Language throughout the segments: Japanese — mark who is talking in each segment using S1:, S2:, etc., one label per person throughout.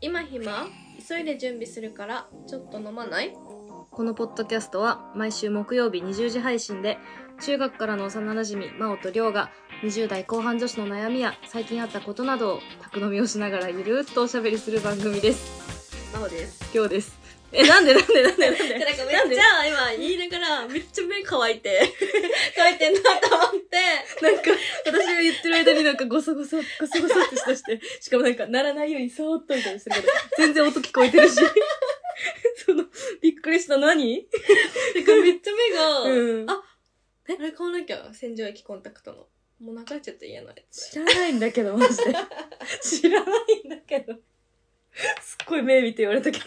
S1: 今暇急いで準備するからちょっと飲まない
S2: このポッドキャストは毎週木曜日20時配信で中学からの幼馴染真央と亮が20代後半女子の悩みや最近あったことなどを宅飲みをしながらゆるーっとおしゃべりする番組です
S1: なおです
S2: 亮ですえなんでなんでなんで なん
S1: な
S2: で
S1: んかめっ
S2: なんで
S1: ちゃ今言いながらめっちゃ目乾いて 乾いてんなと思って
S2: なんか私が言ってる間になんかゴソゴソゴソゴソってしだしてしかもなんか鳴らないようにそーっとみたいにしてるけど全然音聞こえて るしそのびっくりした何
S1: てかめっちゃ目が、
S2: うん
S1: あえあれ買わなきゃ洗浄液コンタクトのもうなくなっちゃった嫌なやつ
S2: 知らないんだけど、マジで。知らないんだけど。すっごい目見て言われたけど。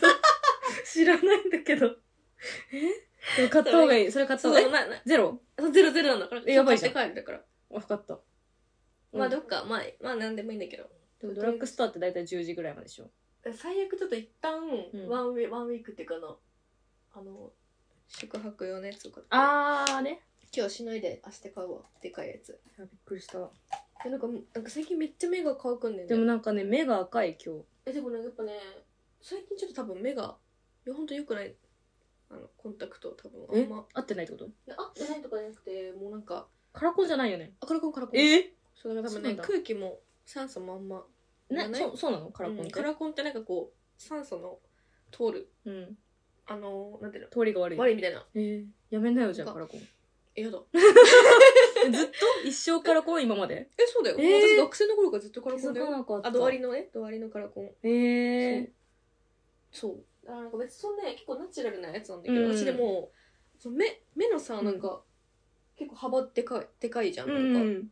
S2: 知らないんだけど。えでも買った方がいい。それ買った
S1: そう
S2: 方がい
S1: そ
S2: い。
S1: うなな
S2: ゼロ
S1: そうゼロゼロなんだから
S2: えやばいじゃん
S1: 買って帰るだから
S2: わかった。
S1: まあ
S2: で
S1: どっかまあまあなんでもいいんだけど
S2: もドラッグストアって大体10時ぐらいまででしょ。
S1: 最悪ちょっと一旦
S2: うん
S1: ワンウィ,、ワンウィークっていうかなあの宿泊用のやつとか
S2: あーね。
S1: 今日しのいで明日買うわでかいやつ
S2: びっくりした。
S1: でなんかなんか最近めっちゃ目が乾くんだよね
S2: でもなんかね、目が赤い今日。
S1: えでもなんかやっぱね最近ちょっと多分目がいやほんとよくないあのコンタクト多分あんま
S2: 合ってないってこと
S1: であじゃないとかじゃなくてもうなんか
S2: カラコンじゃないよね。
S1: あカラコンカラコン
S2: え
S1: そうだから多分
S2: そうな
S1: ね
S2: んだ
S1: 空気も酸素もあんまい
S2: ね
S1: ら、ない
S2: そう、そうなのカラコン
S1: う
S2: っ
S1: ん
S2: て。
S1: カラコンってなんかこう酸素の通る
S2: うん。
S1: あのー、なんていう
S2: 通りが悪い
S1: の。悪いみたいな
S2: えーやめなよ、じゃあ
S1: なん
S2: カ
S1: か
S2: ラコン。
S1: えやだ
S2: えずっと一生カラコン今まで。
S1: えそうだよ、
S2: えー
S1: 私学生の頃からずっとカラ
S2: 気
S1: コン
S2: づ
S1: だよ
S2: かなかった。
S1: あ、ドアリのね、ドアリのカラコン。
S2: ええ
S1: そう。あなんか別にそんなね、結構ナチュラルなやつなんだけど、
S2: うん
S1: 私でも、その目、目のさ、なんか、結構幅でかい、でかいじゃん。なんか、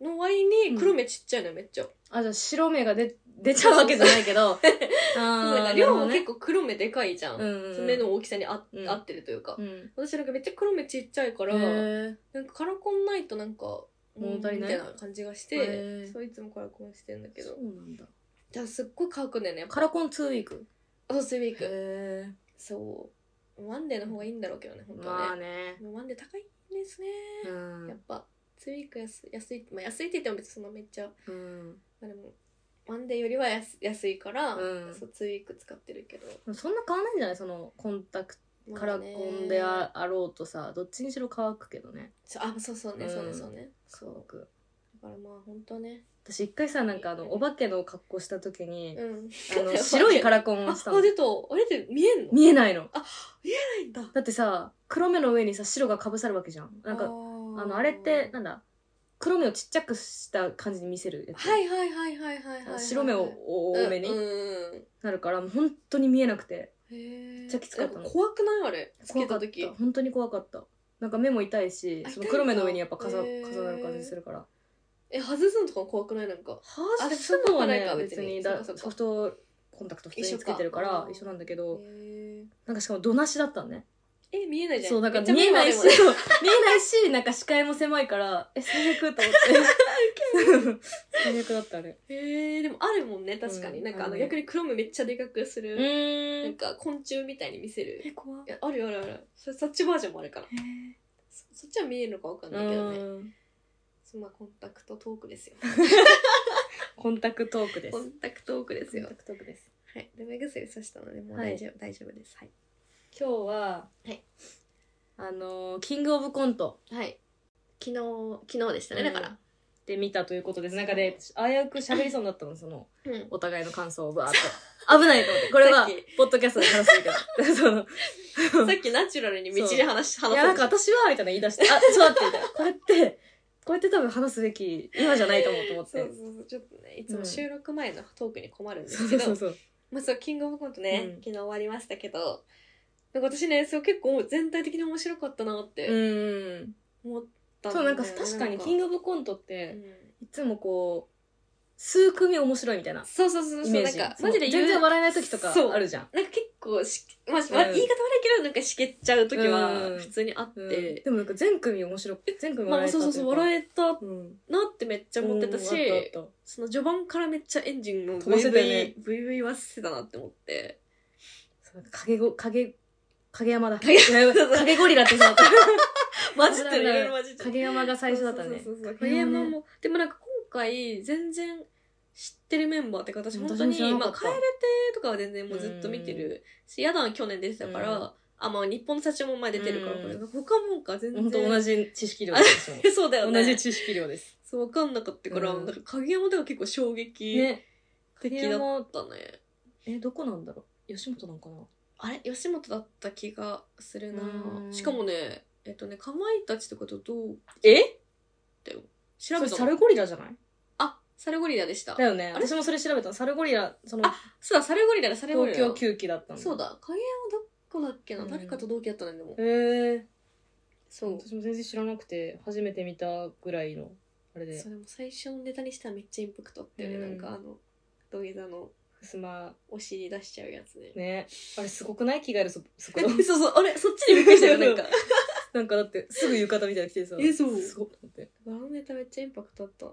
S1: の割に黒目ちっちゃいのよ、めっちゃ。
S2: あじゃあ白目が出 出ちゃうわけじゃない けど
S1: そう
S2: あ
S1: だから、
S2: ー
S1: 量も結構黒目でかいじゃん。
S2: うん
S1: その目の大きさにあ、
S2: うん
S1: 合ってるというか。
S2: うん
S1: 私なんかめっちゃ黒目ちっちゃいから、
S2: へ
S1: なんかカラコンないとなんか、
S2: 物足りない
S1: みたいな感じがし
S2: へ
S1: て、
S2: ー
S1: そういつもカラコンしてんだ
S2: ー
S1: け
S2: そ
S1: ど。
S2: うなんだ
S1: じゃあすっごい乾くんだよね、やっぱ
S2: カラコン2ウィーク
S1: あそう、スイミーク。
S2: へ
S1: そう。ワンデーの方がいいんだろうけどね、本当はね。
S2: まあね
S1: もうワンデー高いんですね。
S2: うん
S1: やっぱ、ツイーク安安い、まあ、安いって言っても別にそんなめっちゃ、
S2: うん
S1: まあ、でも、ワンデーよりは安安いから、
S2: うん
S1: そうツイーク使ってるけど。
S2: そんな変わんないんじゃないそのコンタクトカ
S1: まあ
S2: ラ
S1: ね
S2: コンでああろうとさどっちにしろ乾くけどね
S1: そうあ、そうそうね、
S2: うん
S1: そうね、そうね。
S2: 乾く
S1: だからまあ、本当ね。
S2: 私一回さなんかあのお化けの格好した時に
S1: うん。
S2: あの白いカ
S1: ら
S2: ラコン
S1: あ、
S2: をした
S1: あ
S2: の
S1: 出た。あれって見えんの
S2: 見えない
S1: な
S2: の
S1: いんだ。
S2: だってさ黒目の上にさ白がかぶさるわけじゃんなんか
S1: ー
S2: あのあれってなんだ黒目をちっちゃくした感じに見せるやつ、
S1: はいはいはいはいはいはい、はい。
S2: 白目を多めに
S1: うんうんうん。
S2: なるから、もう本当に見えなくて
S1: へえ。
S2: っちゃきつかったの
S1: なん怖くないあれ。つけ
S2: 怖か
S1: た
S2: った
S1: 時。
S2: 本当に怖かったなんか目も痛いし
S1: あ
S2: その
S1: 痛いんだ
S2: 黒目の上にやっぱ重,、
S1: へー
S2: 重なる感じするから
S1: え、外すのとかも怖くないなんか。あ
S2: 外
S1: です
S2: のは
S1: そんなことない
S2: ね
S1: か別
S2: 別
S1: に
S2: にだ
S1: そっかそっか
S2: ソフトコンタクト普通につけてる
S1: 一緒
S2: から
S1: か
S2: 一緒なんだけど
S1: へ
S2: なんかしかもどなしだったのね
S1: ええ、見えないじゃん。
S2: そうだから
S1: めっち
S2: 見
S1: ゃ
S2: えないし
S1: 目悪
S2: そう見えないしなんか視界も狭いからえ最悪 と思って 最悪だったあれ
S1: もんへえ、でもあるもんね、確かに。
S2: うん
S1: なんかあ
S2: あ
S1: の
S2: る
S1: 逆にクロムめっちゃでかくす
S2: う
S1: る、
S2: ー
S1: なんか昆虫みたいに見せる。
S2: え怖っ
S1: いやあるよあるある。そそっちバージョンもあるから。
S2: へ
S1: そそっちは見えるのかわかんないけどね。
S2: ーうん
S1: そんなコンタクトトークですよ。
S2: コンタクトークです
S1: コンタクトトークですよ
S2: コン。タクトークです
S1: はい。で、目薬さしたので、もう
S2: はい
S1: 大丈夫、大丈夫です。はい。
S2: 今日は、
S1: はい
S2: あのーキングオブコント
S1: はい。昨日、昨日でしたね、だから。
S2: で見たということですなんかであやうく喋りそうになったのその
S1: うん。
S2: お互いの感想をバー ッと危ないと思ってこれは
S1: さっき
S2: ポッドキャストで話してるけど その
S1: さっきナチュラルに道で話し、
S2: い
S1: 話
S2: や
S1: そ
S2: な
S1: うん
S2: か私はみたいな言い出してあちょっと待ってみたいなこれってこれって多分話すべき今じゃないと思うと思っ
S1: そうそ
S2: て
S1: うそう。ちょっとね、いつ
S2: う
S1: も
S2: ん
S1: 収録前のトークに困るんで
S2: そう
S1: す
S2: そ
S1: け
S2: う
S1: ど
S2: そう、そう
S1: まあそう、キングオブコントね、
S2: うん
S1: 昨日終わりましたけど、なんか私ね、そう結構全体的に面白かったなっ
S2: う
S1: て
S2: ーん
S1: 思った
S2: そうなんか確かにキン
S1: グ
S2: グオブコントっ
S1: う
S2: て
S1: ん
S2: いつもこう数組面白いみたいな
S1: そうそうそう
S2: イ
S1: そ
S2: メ
S1: う、
S2: ー
S1: なん
S2: ジ
S1: か、
S2: その
S1: マジで言
S2: 全
S1: う、
S2: 然
S1: なんか
S2: 笑えない時とか
S1: そう
S2: あるじゃん
S1: 結構し、まあ、まあ
S2: うん
S1: 言い方悪いけど、なんかしけっちゃう時
S2: う
S1: は
S2: ん
S1: 普通にあっ
S2: うん
S1: て、
S2: でもなんか全組面白く全組
S1: ま
S2: 笑
S1: あ
S2: えた
S1: そうそうそう、
S2: え
S1: 笑えたな
S2: うん
S1: ってめっちゃ思ってたし、
S2: うんあったあった
S1: その序盤からめっちゃエンジンの
S2: 飛ばせたよね
S1: VV、VV はせてたなって思って、
S2: そう影ご影影山だ
S1: 影
S2: 影 影ゴリラってさ
S1: 混じってる、いろいろ混じってる。
S2: 影山が最初だったね
S1: そうそうそうそう
S2: 影
S1: 影
S2: 山
S1: 山
S2: ね
S1: もでもなんか今回全然知ってるメンバーって形、
S2: うん
S1: 本当に、
S2: 私も知らな
S1: ま
S2: か
S1: あ、
S2: っ
S1: 帰れて
S2: た
S1: とかは全然もうずっと見てるし、ヤダンは去年出てたから、
S2: うん
S1: あ、まあ、日本の社長も前出てるから、
S2: うん
S1: これ他もか全然。
S2: 本当同じ知識量です。
S1: え。そうだよ
S2: 同
S1: ね。
S2: じ知識量です。
S1: そう、わかんなかったから、
S2: うん
S1: なんか影山とか結構衝撃
S2: ね。
S1: 的だったね。
S2: え、どこなんだろう吉本なんかな
S1: あれ吉本だった気がするな
S2: うん
S1: しかもね、えっとね、かまいたちとかとどう
S2: え
S1: 調
S2: そ
S1: べ
S2: れ
S1: た
S2: サ
S1: の
S2: ルゴリラじゃない
S1: あ、サルゴリラでした
S2: だ。よね。
S1: あれ
S2: 私もそれ調べたの。サルゴリラ、その、
S1: あそうだ、サルゴリラだ、サルゴリ
S2: 東
S1: ラ。
S2: 京9期だったの。
S1: そう。だ、影山どこだっけな、
S2: うん
S1: 誰かと同期だったね、でも。
S2: へえ。
S1: そう。
S2: 私も全然知らなくて、初めて見たぐらいの、あれで
S1: そ、れも最初のネタにしてはめっちゃインパクトあってね、
S2: うん
S1: なんかあの、土下座の
S2: ふすま、
S1: お尻出しちゃうやつね。
S2: ね。あれすごくない着替える速
S1: そう
S2: 度。
S1: そう、あれ、 そっちにびっくりしたよ、なんか。。
S2: なんかだって、すぐ浴衣みたいに着てさ
S1: えそう
S2: すごいと思って。
S1: あのネタめっちゃインパクトあった。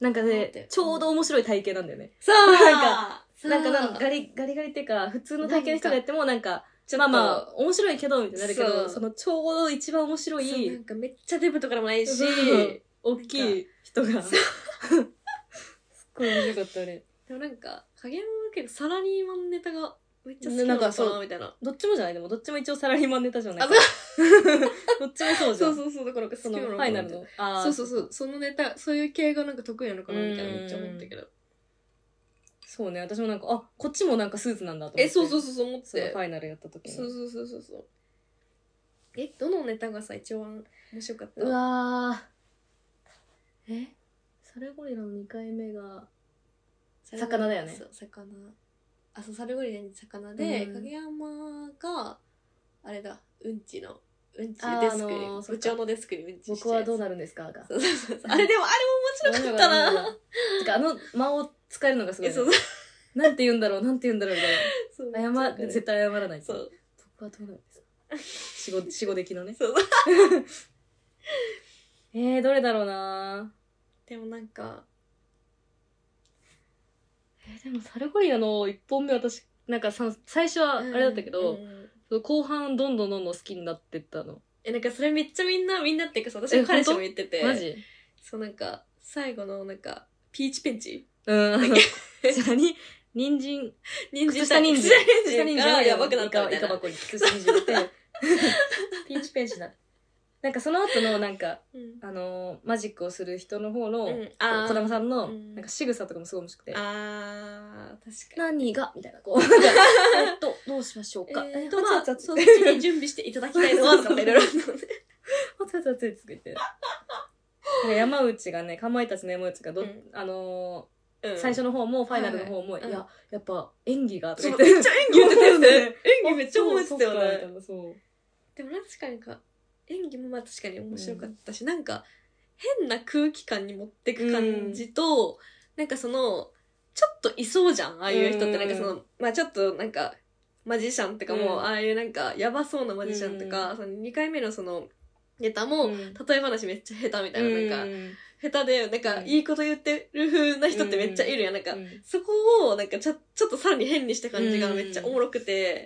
S2: なんか
S1: 待って
S2: ね、ちょうど面白い体型なんだよね。
S1: さあさあ
S2: なんかなんかガリガリガリっていうか普通の体験の人がやってもなんか
S1: ちょっと
S2: まあまあ面白いけどみたいになるけ
S1: そ
S2: ど
S1: う
S2: そのちょうど一番面白
S1: そうなん
S2: い
S1: かめっちゃデブとかでもないし、
S2: し大きい人が
S1: そう
S2: すっごい面白かったあれ
S1: でもなんか、影山は結構サラリーマンネタがめっちゃ好き
S2: ね
S1: な
S2: な
S1: の
S2: ん
S1: か
S2: かそう
S1: な、みたいな。
S2: どっちもじゃないでもどっちも一応サラリーマンネタじゃない
S1: あ
S2: か どっちもそうじ
S1: そう
S2: ゃ
S1: んそうそう、だからなんか
S2: そ
S1: 好き
S2: の
S1: な
S2: フ
S1: のかな
S2: ァイナルのあー
S1: そうそうそう、そのネタ、そういう系がなんか得意なのかな、みたいなめっちゃ思ったけど。
S2: そうね私もなんかあこっちもなんかスーツなんだと思って
S1: え、そうそう
S2: そ
S1: そう、そう思っ
S2: の
S1: て
S2: フ。ァイナルやった時
S1: そう
S2: に
S1: そうそうそうそう。え、どのネタがさ、一番面白かった
S2: うわーえサルゴリラの2回目が魚だよね
S1: そう、魚。あ、そう、サルゴリラに魚で、
S2: うん
S1: 影山が、あれだ、うんちの、うんち
S2: あー
S1: デスク
S2: あの
S1: に
S2: ー、そっか
S1: 部長のデスクにうんちし
S2: 僕
S1: ちゃう
S2: は
S1: やつ
S2: どうなるんですかが
S1: そうそうそうあれでも、あれも面白かったな。
S2: てかあの間を使えるのがすご
S1: え、
S2: いね、
S1: そうそう
S2: なんて言うんだろうなんて言うんだろうみたい
S1: そう。
S2: な謝絶対謝らない
S1: そう。
S2: 僕はどうなんですか死後死後的のね
S1: そう。
S2: えー、どれだろうな
S1: でもなんか、
S2: えーでもサルゴリラの1本目私なんかさ最初はあれだったけ
S1: う
S2: ど
S1: ん、うん
S2: 後半どんどんどんどん好きになってったの
S1: え、なんかそれめっちゃみんな、みんなっていうかさ、私
S2: え
S1: の彼氏も
S2: 本当
S1: 言ってて、
S2: マジ
S1: そうなんか、最後のなんか、ピーチペンチ
S2: うん何人参
S1: 人
S2: 靴
S1: 参
S2: 下人 参
S1: 靴下人参がやばくなったみ
S2: イ
S1: たい
S2: カ
S1: な
S2: 箱に靴下人参って ピンチペンチになるなんかその後のなんか
S1: うん
S2: あのーマジックをする人の方の、
S1: うんあー
S2: 小玉さんの
S1: うん
S2: なんか仕草とかもすごい面白くて、
S1: あー、確かに。
S2: 何がみたいなこ うなんかえっとどうしましょうか、
S1: え
S2: え
S1: ー
S2: っ
S1: と
S2: と
S1: まあ、
S2: 熱々
S1: そっちに準備していただきたいのは、とかい ろいろあるので。
S2: 熱々熱々って言ってなんか山内がねかまいたちの山内がど、
S1: うん
S2: あの
S1: う
S2: ー
S1: ん
S2: 最初の方もファイナルの方も、
S1: はいいはい
S2: ややっぱ演技がとか
S1: そう
S2: 言って
S1: めっちゃ演技やってたよね
S2: そうそう。
S1: 演技めっちゃ覚えてたよね。
S2: そうそう
S1: でも確かにか、演技もまあ確かに面白かったし、なんか、変な空気感に持ってく感じと、なんかその、ちょっといそうじゃん、ああいう人っ
S2: う
S1: て。
S2: ん
S1: なんかその、まあちょっとなんか、マジシャンとかも、
S2: うん
S1: ああいうなんか、やばそうなマジシャンとか、その2回目のその、ネタも、
S2: うん
S1: 例え話めっちゃ下手みたいな、なんか、
S2: うん
S1: 下手で、なんか、
S2: うん
S1: いいこと言ってる風な人ってめっちゃいるやん。なんか
S2: う、ん
S1: そこを、なんかちょ、ちょっとさらに変にした感じがめっちゃおもろくて、な
S2: おも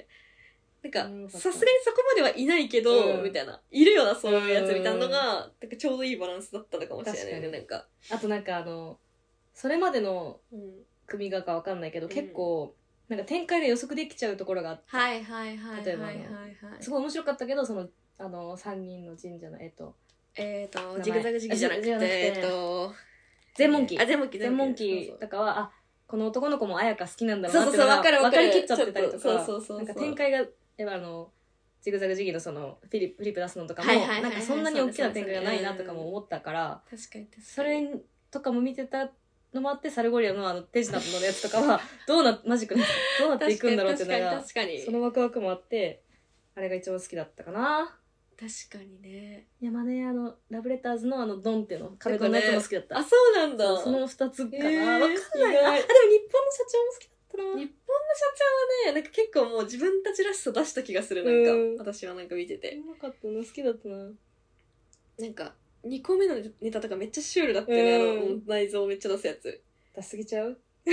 S1: ん
S2: ろ
S1: か、
S2: かった
S1: さすがにそこまではいないけど、
S2: うん
S1: みたいな。いるよな、そういうやつみたいなのが、なんかちょうどいいバランスだったのかもしれないね、
S2: 確か
S1: なんか。
S2: あとなんかあのそれまでの
S1: うん
S2: 組がかわかんないけど、
S1: うん
S2: 結構なんか展開で予測できちゃうところがあって、
S1: はいはいはいはい
S2: 例えば
S1: は
S2: あ
S1: い
S2: の
S1: はい。
S2: すごい面白かったけどそのあの3人の神社のえっと
S1: えっと、
S2: 前
S1: ジグザグジグじゃなくて、
S2: あジグザグじゃな
S1: え
S2: くて
S1: っと、
S2: 全問記
S1: あ、全問記
S2: 全問記
S1: そうそう
S2: だからあこの男の子も綾香好きなんだろう
S1: そうそう
S2: なって
S1: そう、
S2: のが
S1: わかるわかる。
S2: 分かりきっちゃってたり
S1: そ
S2: と
S1: うそう
S2: か
S1: そうそう。
S2: なんか展開がやっぱあのジグザグジギーのそのフィリップフリップ出すのとかも
S1: はいはいはいはい
S2: なんかそんなに大きな
S1: そうです
S2: 展開がないなとかも思ったから
S1: 確かに確かに。
S2: それとかも見てたのもあってサルゴリラのあの手品のやつとか はどうなマジックのやつどうなっていくんだろうっていうの
S1: 確かに
S2: が
S1: 確かに
S2: そのワクワクもあってあれが一番好きだったかな
S1: 確かにね
S2: いやまあねあのラブレターズのあのドンっていうの壁ドンのやつも好きだった、
S1: あそうなんだ
S2: そうその二つかな、
S1: えー
S2: わかんないなあ
S1: 意外
S2: でも日本の社長も好きだったな
S1: 日本の社長はねなんか結構もう自分たちらしさ出した気がするなんか、
S2: うん
S1: 私はなんか見てて
S2: うまかったな好きだったな
S1: なんか2個目のネタとかめっちゃシュールだったよね、
S2: うん
S1: あの内臓めっちゃ出すやつ
S2: 出しすぎちゃうあ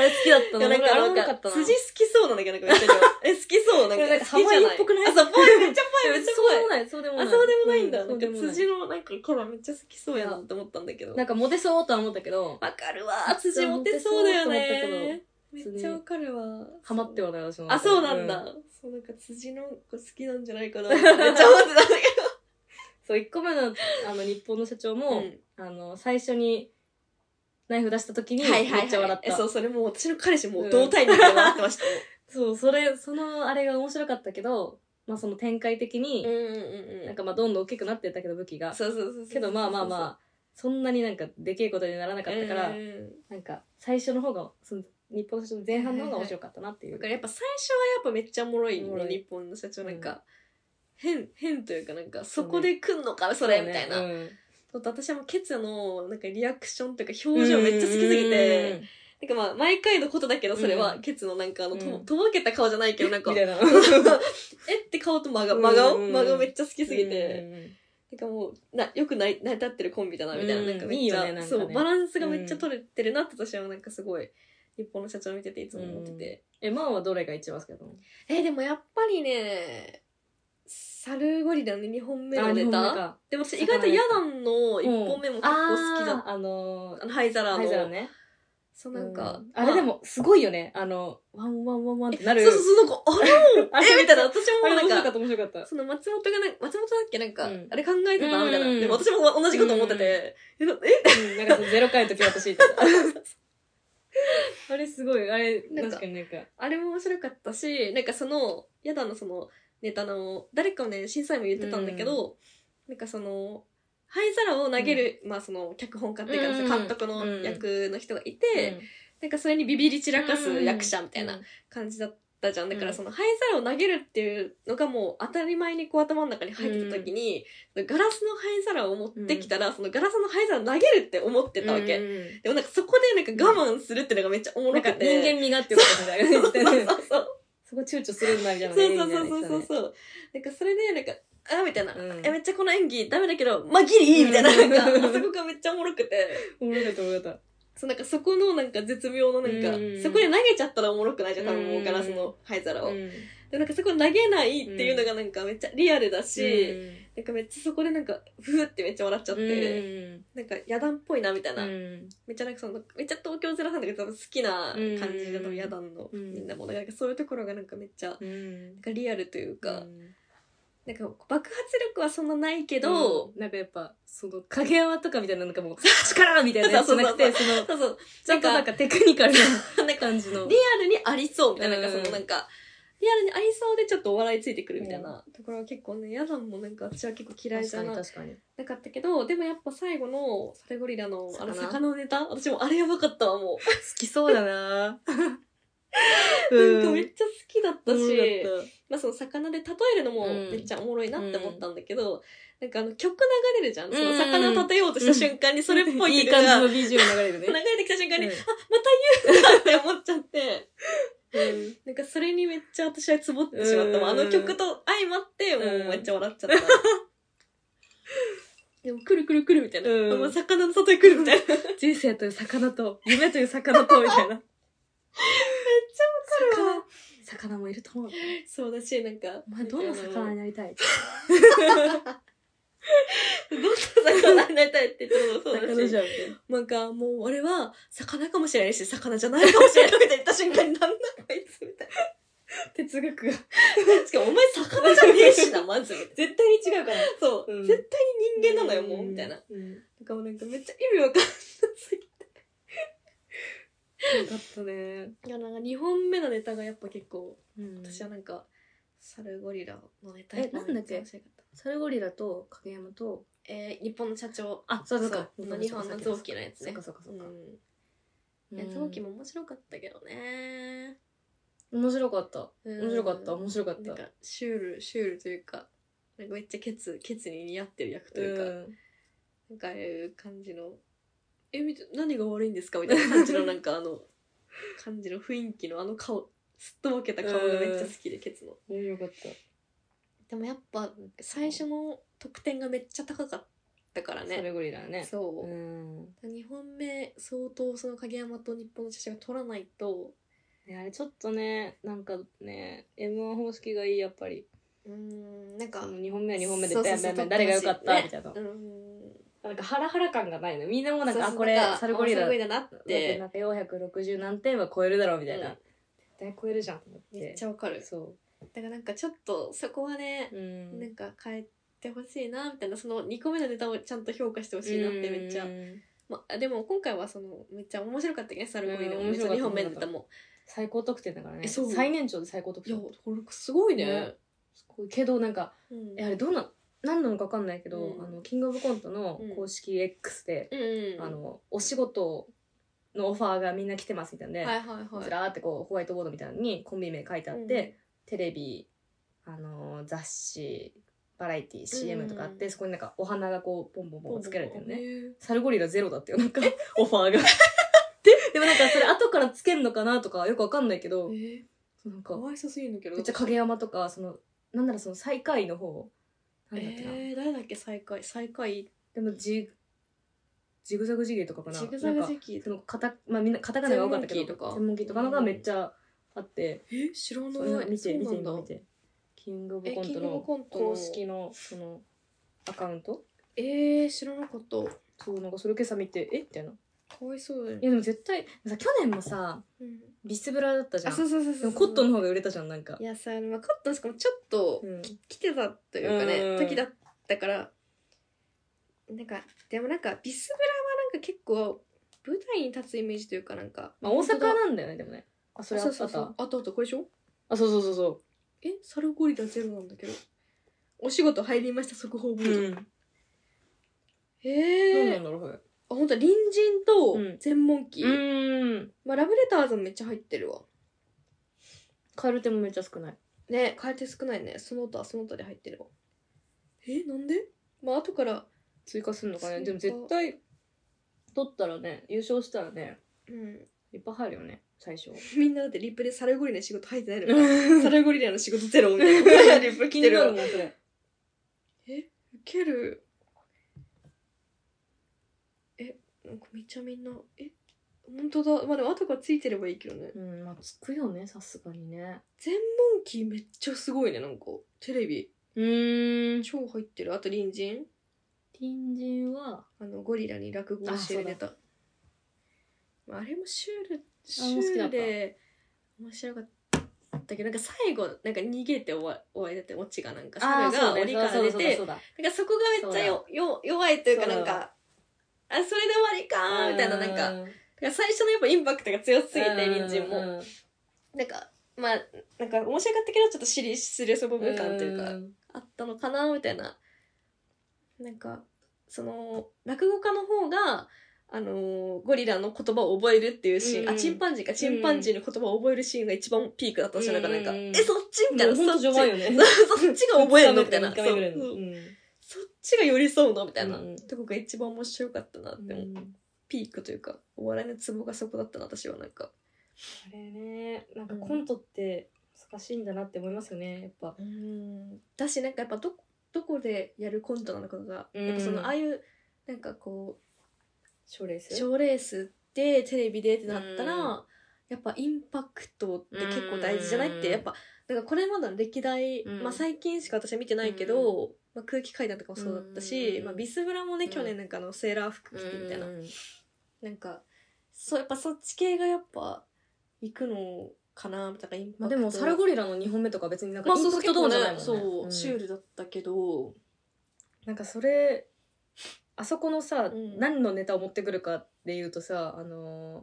S2: れ好きだった
S1: い
S2: な
S1: やなんか
S2: あれ
S1: な
S2: も
S1: ん
S2: よかっ
S1: か
S2: たな
S1: 筋好きそうなんだけどなんかめっちゃ え好きそうなんか
S2: いやなん
S1: 好
S2: か
S1: きじゃ
S2: ハワイっぽくない
S1: あそうぽいめっちゃぽいめっちゃ
S2: そうで
S1: ぽい
S2: もないそうでも
S1: あ
S2: ない
S1: そうでもないんだ、
S2: うそ
S1: な
S2: うで
S1: ん
S2: も
S1: か
S2: ない
S1: 辻のもなんかキャラめっちゃ好きそうやなって思ったんだけど。
S2: なんかモテそうとは思ったけど、
S1: わかるわー。辻モテそうだよね。め
S2: そう
S1: っちゃわかるわ。
S2: ハマってはない私の中
S1: あ、
S2: で
S1: そうなんだ。
S2: ん
S1: そう、なんか辻の子好きなんじゃないかなってめっちゃ思ってたんだ
S2: そう、1個目の、あの、日本の社長
S1: けど。
S2: も、あの、最初に、ナイフ出した時に、め
S1: はいはい、はい。
S2: っちゃ笑った。
S1: えそう、それもう私の彼氏
S2: う
S1: も
S2: ん
S1: 同体に笑ってました。
S2: そう、それ、そのあれが面白かったけど、まあその展開的に、
S1: んうん
S2: なんかまあどんどん大きくなってったけど武器が。
S1: そうそうそうそう。
S2: けどまあまあまあ、そんなになんかでけえことにならなか
S1: そうそ
S2: っ
S1: うそう、
S2: たから、
S1: うんうん
S2: なんか最初の方が、その日本の人の前半の方が面白かったなってい
S1: だ
S2: う。
S1: からやっぱ最初はやっぱめっちゃおもろい
S2: おも
S1: ね
S2: ろい
S1: 日本の社長なんか、
S2: うん
S1: 変変というかなんかそこで来んのかそれみたいな、
S2: そうね
S1: ちょっと私はもうケツのなんかリアクションというか
S2: うん
S1: 表情めっちゃ好きすぎて、なんかまあ毎回のことだけどそれはケツのなんかあのと,、
S2: うん
S1: とぼけた顔じゃないけどなんか
S2: みたいな。
S1: えって顔と真顔真顔,、
S2: うん
S1: 真顔めっちゃ好きすぎて、
S2: うんうん
S1: なんかもうなよく成り成り立ってるコンビだなみたいな,、
S2: うん
S1: なんかめっちゃ
S2: いいよねなんかね
S1: そうバランスがめっちゃ取れてるなって私はなんかすごい日本の社長見てていつも思ってて。
S2: え、マンはどれが一番好きだと思う
S1: えーでもやっぱりねサルゴリラの2本目
S2: あ
S1: の
S2: 日
S1: ネ
S2: 本の
S1: タ
S2: か
S1: でも私意外とヤダンの1本目も結構好きだった、
S2: あーあのー
S1: あのハイザラー
S2: ハ
S1: の
S2: イザラね。
S1: そうなん
S2: う
S1: か、
S2: んあれでもすごいよね。あの、ワンワンワンワンって
S1: ま
S2: な
S1: あ
S2: る。
S1: そうそうそうなんかあれ
S2: あれ
S1: えみたいな私
S2: あれ
S1: も
S2: 面
S1: なん
S2: 白か
S1: か
S2: った面白かった。
S1: その松本がなんか松本だっけなんか、
S2: うん
S1: あれ考えてたなみたいな、
S2: うん
S1: でも私も同じこと思ってて、えなえ
S2: うんなんかそのゼロ回の時私 言ってた。あれすごい、あれ、
S1: なんか
S2: 確かになんか。
S1: あれも面白かったしなんかそのヤダンのそのネタの誰かをね審査員も言ってたんだけど、なんかその灰皿を投げる、まあその脚本家っていうか、
S2: うん
S1: 監督の役の人がいて、なんかそれにビビり散らかす役者みたいな感じだったじゃん。だからその灰皿を投げるっていうのがもう当たり前にこう頭の中に入ってた時に、ガラスの灰皿を持ってきたら、そのガラスの灰皿投げるって思ってたわけ。
S2: け。
S1: でもなんかそこでなんか我慢するっていうのがめっちゃおも
S2: な
S1: ろ
S2: んか
S1: く
S2: 人
S1: て。
S2: 間味がっていうことだよね言って
S1: そう
S2: ね
S1: そう。そう。
S2: そこ躊躇するんだみたいなね。
S1: そうそうそうそうそう
S2: み
S1: そう。なんかそれで、なんか、あーみたいな。
S2: うん
S1: えめっちゃこの演技ダメだけど、まあ、ギリいいみたいな。
S2: うん
S1: なん か、あそこがめっちゃおもろくて。
S2: たいなね。面白かった面白かっ
S1: そう、なんかそこのなんか絶妙のなんか、
S2: うん
S1: そこで投げちゃったらおもろくないじゃん、多分もうガラス
S2: うん
S1: の灰皿
S2: た。
S1: を。
S2: うん
S1: でもなんかそこ投げないっていうのがなんかめっちゃリアルだし、なんかめっちゃそこでなんか、ふーってめっちゃ笑っちゃっ
S2: う
S1: て、
S2: ん
S1: なんか野団っぽいなみたいな。
S2: うん
S1: めっちゃなんかその、めっちゃ東京ゼロさんだけど多分好きな感じだと
S2: うん
S1: 野団の
S2: うん
S1: みんなも。だからなんかそういうところがなんかめっちゃ、なん
S2: うん
S1: かリアルというか、
S2: うん
S1: なんか爆発力はそんなないけど、
S2: うんなんかやっぱ、その、影泡とかみたいな、なんかもう、力みたいなやつじゃなくて、その、
S1: そうそう。
S2: ちょっとなんかテクニカル
S1: なん
S2: な
S1: か
S2: 感じの。
S1: リアルにありそうみたいな、なんか
S2: うん
S1: そのなんか、リアルにありそうでちょっとお笑いついてくるみたいなところは結構ね、ヤダンもなんか私は結構嫌い
S2: 確
S1: じ
S2: か
S1: ゃ
S2: に
S1: な
S2: 確かに。
S1: なかったけど、でもやっぱ最後のサルゴリラのあの
S2: 魚
S1: 魚のネタ私もあれやばかったわ、も
S2: 好きそ うだな
S1: う。
S2: う
S1: なんかめっちゃ好きだったし、
S2: 面白かっ
S1: まあその魚で例えるのも
S2: うん
S1: めっちゃおもろいなって思ったんだけど、なんかあの曲流れるじゃん。その
S2: うん
S1: 魚を例えようとした瞬 間にそれっぽい
S2: いい
S1: 曲が
S2: 感じ
S1: 流
S2: の BGM 流れるね。
S1: れてきた瞬間に、
S2: うん
S1: あ、また言うなって思っちゃって。なんかそれにめっちゃ私はツボってしまったもん。
S2: うん
S1: あの曲と相まって、も
S2: うん
S1: うめっちゃ笑っ ちゃった。でも、くるくるくるみたいな。
S2: うん
S1: あもう魚の里へ来るみたいな。
S2: 人生という魚と、夢という魚と、みたいな。めっちゃわ
S1: わ
S2: か魚魚もいると思う。
S1: そうだし、なんか。
S2: お前どんな魚に
S1: な
S2: なりたい
S1: どんな魚になりたいって言ったのもそう
S2: 魚
S1: だ
S2: じ
S1: し。
S2: ゃんみたいな。
S1: なんか、もう俺は、魚かもしれないし、魚じゃないかもしれないって言った瞬間に、なんだこいつみたい
S2: 哲学が。
S1: な。しかも、お前魚じゃねえしな、まず。
S2: 絶対に違うから。
S1: そう、
S2: うん
S1: 絶対に人間なのよ、もう、みたいな。
S2: うん。よ
S1: なんかもうなんかめっちゃ意味わかんない。
S2: かったね。
S1: いや、なんか2本目のネタがやっぱ結構、私
S2: 私
S1: は
S2: は
S1: なんか、サルゴリラのネタ
S2: えなんだっけ
S1: めちゃ面白かた
S2: サルゴリラと影山と、
S1: えー、日本の社長。
S2: あ、そうそうか。
S1: の日本の臓器のやつね。
S2: そっかそっかそっか。
S1: うん。いや、臓器も面白かったけどね。
S2: 面白かった。
S1: うん
S2: 面白かった。面白かっ
S1: な
S2: た
S1: ん。か、シュール、シュールというか、なんかめっちゃケツ、ケツに似合ってる役というか、
S2: うん
S1: なんかああいう感じの、え、みた何が悪いんですかみたいな感じの、なんかあ の、感じの雰囲気のあの顔、すっとぼけた顔がめっちゃ好きで、ケツの。
S2: うんよかった。
S1: でもやっぱ最初の得点がめっちゃ高かったから
S2: サ
S1: ね。
S2: ルゴリラね。
S1: そうう。
S2: ん。
S1: 2本目相当その影山と日本の写真が取らないと、
S2: ねあれちょっとね、なんかね、M1 方式がいい、やっぱり。
S1: うんなんか
S2: その2本目は2本目で、
S1: そう
S2: べ
S1: そ
S2: や
S1: う
S2: べ
S1: そう
S2: やべや誰が良かった、
S1: ね
S2: みたいな。
S1: うん
S2: なんかハラハラ感がないの。みんなもうなんか、
S1: そう
S2: あ、
S1: そう
S2: これ
S1: なんか、
S2: サルゴリラ
S1: あサルゴリラなっ
S2: で、
S1: て
S2: なんか460何点は超えるだろう、みたいな。
S1: うん
S2: 絶対超えるじゃん、と思って。
S1: めっちゃわかる
S2: そ
S1: だからなんかちょっとそこはね
S2: う。うん。
S1: なんか変えてほしいなみたいなその2個目のネタをちゃんと評価してほしいなってめっちゃ
S2: うん
S1: まあでも今回はそのめっちゃ面白かったけどねサルゴリラ
S2: う
S1: も
S2: ん面白かった
S1: 2本目のネタも
S2: 最高得点だからね
S1: えそう
S2: 最年長で最高得
S1: いや
S2: 点
S1: これすごいね
S2: ね、すごいけどなんか
S1: うん
S2: えあれどんな何なのか分かんないけど、
S1: うん
S2: あのキングオブコントの公式 X で、
S1: うん
S2: あのお仕事のオファーがみんな来てますみたいなんで、
S1: はいはいはい
S2: ずらーってこうホワイトボードみたいなのにコンビ名書いてあって、テレビ、あのー雑誌バラエティ CM とかあって、
S1: うん
S2: そこになんかお花がこうポンポンポンつけられてるね、
S1: ね
S2: サルゴリラゼロだったよなんかオ ファーがででもなんかそれ後からつけんのかなとかよく分かんないけど、
S1: え
S2: そうなん
S1: か
S2: か
S1: わいそうすぎるんだけど
S2: めっちゃ影山とかそのなんならその最下位の方なんだっけな、
S1: えー、誰だっけ最下位最下位
S2: でもジジグザグジギーとかかな
S1: ジグザグ
S2: なん
S1: 時
S2: か
S1: 期
S2: そのカタまあみんなカタカナが多かった
S1: 専
S2: けど
S1: 門キーとか
S2: 専門キーとかのがめっちゃあって、
S1: え知らない
S2: それ見て見
S1: そ
S2: て
S1: うな
S2: 今
S1: んだ
S2: 見てキングオブ
S1: え
S2: コン
S1: キン
S2: ト
S1: グオブ
S2: の
S1: コントの
S2: 公式のそのアカウント
S1: えー、知らなかった
S2: そうなんかそれ今朝見てえみたいない
S1: かわいそうだよね
S2: やでも絶対さ去年もさ
S1: うん
S2: ビスブラだったじゃ
S1: あそ
S2: ん
S1: うそうそう
S2: で
S1: そう
S2: もコットンの方が売れたじゃんなんか
S1: いやさ、まあ、コットンしかもちょっと
S2: うん
S1: 来てたというかね、
S2: うん
S1: 時だったからなんかでもなんかビスブラはなんか結構舞台に立つイメージというかなんか
S2: まあ大阪なんだよねでもねあそ
S1: そ
S2: れあ
S1: そう
S2: っ
S1: そ
S2: た
S1: うそうあとあとこれでしょ
S2: あそうそうそうそ
S1: えサルゴリラゼロなんだけどお仕事入りました速報ボ
S2: う、
S1: ード、
S2: ん、どう
S1: へ
S2: な
S1: え
S2: んだろうこれ
S1: あ本当隣人
S2: う
S1: と
S2: ん
S1: 全問記、
S2: うん
S1: まあ、ラブレターズもめっちゃ入ってるわ
S2: カエル手もめっちゃ少ない
S1: ね変えて少ないねその他その他で入ってるわえなんでまあ後から
S2: 追加するのかね
S1: 追加
S2: でも絶対取ったらね優勝したらね
S1: うん
S2: いっぱい入るよね最初
S1: みんなだってリップでサルゴリラの仕事入ってないのかサ
S2: それ
S1: ルゴリラの仕事ゼロみたいな リップ来
S2: 気
S1: て
S2: にな
S1: る
S2: る
S1: わ
S2: もんそれ
S1: ウケるえなんかめっちゃみんなえ本当だまあでも後からついてればいいけどね
S2: うんまあつくよねさすがにね
S1: 全問記めっちゃすごいねなんかテレビ
S2: うーん
S1: 超入ってるあと隣人
S2: 隣人は
S1: あのゴリラに落語を教えてたまああれもシュールシ
S2: あれも好き
S1: ュー
S2: だ
S1: ル
S2: った
S1: で面白かったけどなんか最後なんか逃げて終わ終わりだってオチがなんか猿が
S2: そうね
S1: 檻から出
S2: そう
S1: て
S2: だそうだそうだ
S1: なんかそこがめっちゃよよ弱いというかなんかあそれで終わりかーみたいななんかだか
S2: うん
S1: ら最初のやっぱインパクトが強すぎて
S2: うん
S1: 隣人
S2: う
S1: も
S2: ん
S1: なんかまあなんか面白かったけどちょっとシリスレスボブ感というか
S2: ん
S1: あったのかなみたいななんかその落語家の方があのーゴリラの言葉を覚えるっていうシーン、
S2: うん
S1: あチンパンジーかチンパンジーの言葉を覚えるシーンが一番ピークだった私の中でなんか、
S2: うん
S1: えそっちみた
S2: で
S1: い
S2: も
S1: な
S2: ほん
S1: そっ
S2: と序
S1: ち
S2: 盤よね
S1: そっちが覚えるのみたいな
S2: 二日目ぐらいの
S1: そう
S2: うん
S1: そっちが寄り添うのみたいな、
S2: うん
S1: とこが一番面白かったなって、
S2: うん
S1: ピークというかお笑いのツボがそこだったな私はなんか、
S2: あれねなんかコントって難しいんだなって思いますよねやっぱ
S1: うんだしなんかやっぱどこどこでやるコントなのかが、
S2: うん
S1: やっぱそのああいうなんかこう
S2: 賞レース
S1: 賞レースでテレビでってなったら、
S2: うん
S1: やっぱインパクトって結構大事じゃないって、
S2: うん
S1: やっぱなんかこれまでの歴代、
S2: うん
S1: まあ、最近しか私は見てないけど、まあ、空気階段とかもそうだったし、
S2: うん
S1: まあ、ビスブラもね、
S2: うん
S1: 去年なんかあのセーラー服着てみたいな、
S2: うん
S1: なんかそうやっぱそっち系がやっぱ行くのかなみたいなインパ
S2: まあ、
S1: クト
S2: でもサルゴリラの2本目とか別になんか
S1: まあ
S2: イ
S1: そう
S2: ン
S1: そ
S2: パ
S1: う
S2: クトどうじゃないもんね、
S1: そう、
S2: うん
S1: シュールだったけど
S2: なんかそれあそこのさ、
S1: うん
S2: 何のネタを持ってくるかでいうとさあのー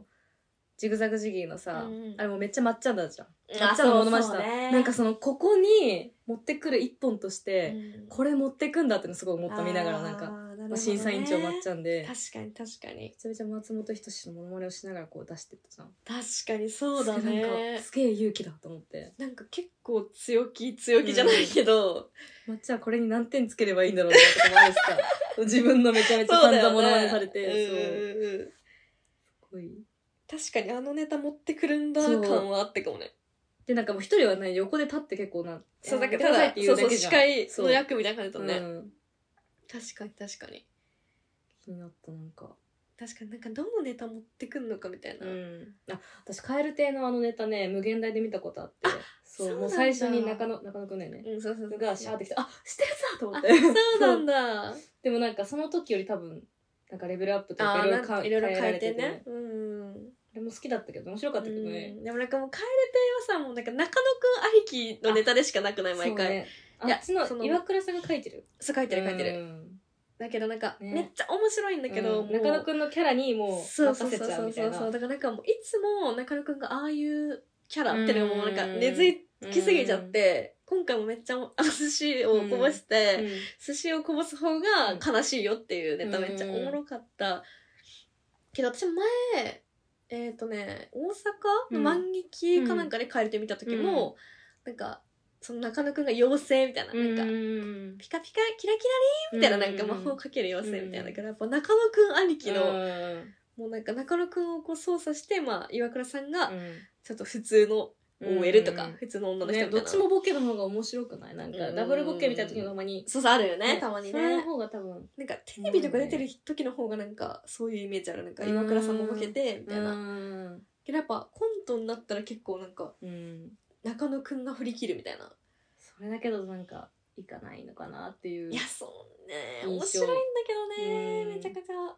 S2: ジグザグジギーのさ、
S1: うんうん
S2: あれもめっちゃ抹茶だじゃん抹
S1: あ
S2: 茶のものました、
S1: そうそうね
S2: なんかそのここに持ってくる一本とし
S1: う
S2: て、
S1: ん
S2: これ持ってくんだってのすごい思った見ながらなん
S1: あー
S2: か、
S1: るほど
S2: ま
S1: ね
S2: あ、審査委員長抹茶んでめ
S1: 確かに確かに
S2: ちゃめちゃ松本人志のモノマネをしながらこう出してったじゃん
S1: 確かにそうだ
S2: れなん
S1: ね
S2: かすげえ勇気だと思って
S1: なんか結構強気強気じゃないけど、
S2: 抹茶はこれに何点つければいいんだろうなとかもあるしさ自分のめちゃめちゃ
S1: そう
S2: 散
S1: だよ
S2: 々
S1: ね
S2: モノマネされて、
S1: うん
S2: そう
S1: うんうん
S2: すごい
S1: 確かにあのネタ持ってくるんだ
S2: そう
S1: 感はあってかもね
S2: で、なんかもう一人はね、横で立って結構な、
S1: そうだ
S2: やって
S1: け
S2: く
S1: どた
S2: ださい
S1: だ
S2: って言
S1: そううそ
S2: だ
S1: う
S2: けじ
S1: 司
S2: ゃん。
S1: 会
S2: そう
S1: の役みたいな感じだ
S2: う
S1: ったね、
S2: ん
S1: 確かに確かに
S2: 気になった、なんか。
S1: 確かになんかどのネタ持ってくんのかみたいな、
S2: うん、あ私蛙亭のあのネタね無限大で見たことあってそ
S1: そう
S2: う
S1: なんだ
S2: もう最初に中野中野くんだよね、
S1: うんそうそうそう
S2: がシャーってきてあ知ってるやつだと思
S1: あ
S2: って
S1: そう なんだ
S2: でもなんかその時より多分なんかレベルアップと
S1: あ
S2: か
S1: ー
S2: いろ
S1: ないん
S2: ろか
S1: かいろいろ
S2: 変えら
S1: 変え
S2: れ
S1: て
S2: て
S1: ね
S2: ね
S1: うん
S2: あれも好きだったけど面白かったけどね
S1: うんでもなんかもう蛙亭はさもうなんか中野くんありきのネタでしかなくない毎
S2: そう
S1: 回
S2: ねあ
S1: いや
S2: っちの
S1: その
S2: 岩倉さんが書いてる
S1: そう書いてる書いてる、
S2: うん
S1: だけどなんか、
S2: ね
S1: めっちゃ面白いんだけど、
S2: うん
S1: もう
S2: 中野くんのキャラにもう
S1: そうそ
S2: 任
S1: う
S2: せ
S1: そう
S2: ちゃう
S1: そう
S2: みた
S1: そ
S2: いうな
S1: そうだからなんかもういつも中野くんがああいうキャラっていうのもなんか根付きすぎちゃって、今回もめっちゃあの寿司をこぼして、
S2: うん
S1: 寿司をこぼす方が悲しいよっていうネタ
S2: うん
S1: めっちゃおもろかった、けど私前えっ、とね大阪の万劇かなんかで帰ってみた時も、なんかその中野くんが妖精みたいな,、
S2: うん
S1: なんかピカピカキラキラみたいななんか魔法かける妖精みたいなだからやっぱ中野くんありきの、
S2: うん
S1: もうなんか中野くんをこう操作して、まあ、岩倉さんが
S2: う
S1: ちょっと普通の
S2: ん
S1: OL とか、
S2: うん
S1: 普通の女の人みたい
S2: ね、
S1: な、
S2: どっちもボケの方が面白くないなんか
S1: うん
S2: ダブルボケみたいな時のたまに、
S1: そうそうあるよねたまに
S2: それの
S1: ね
S2: 方が多分
S1: なんかテレビとか出てる時の方がなんかそういうイメージあるなんか
S2: うん
S1: 岩倉さんもボケてみ
S2: みた
S1: た
S2: い
S1: い
S2: な
S1: な、けどやっぱコントになったら結構なんか
S2: うん
S1: 中野くんが振り切るみたいな、
S2: それだけどなんかいかないのかなっていう
S1: いやそうね
S2: 印象
S1: 面白いんだけどね、
S2: うん
S1: めちゃくちゃ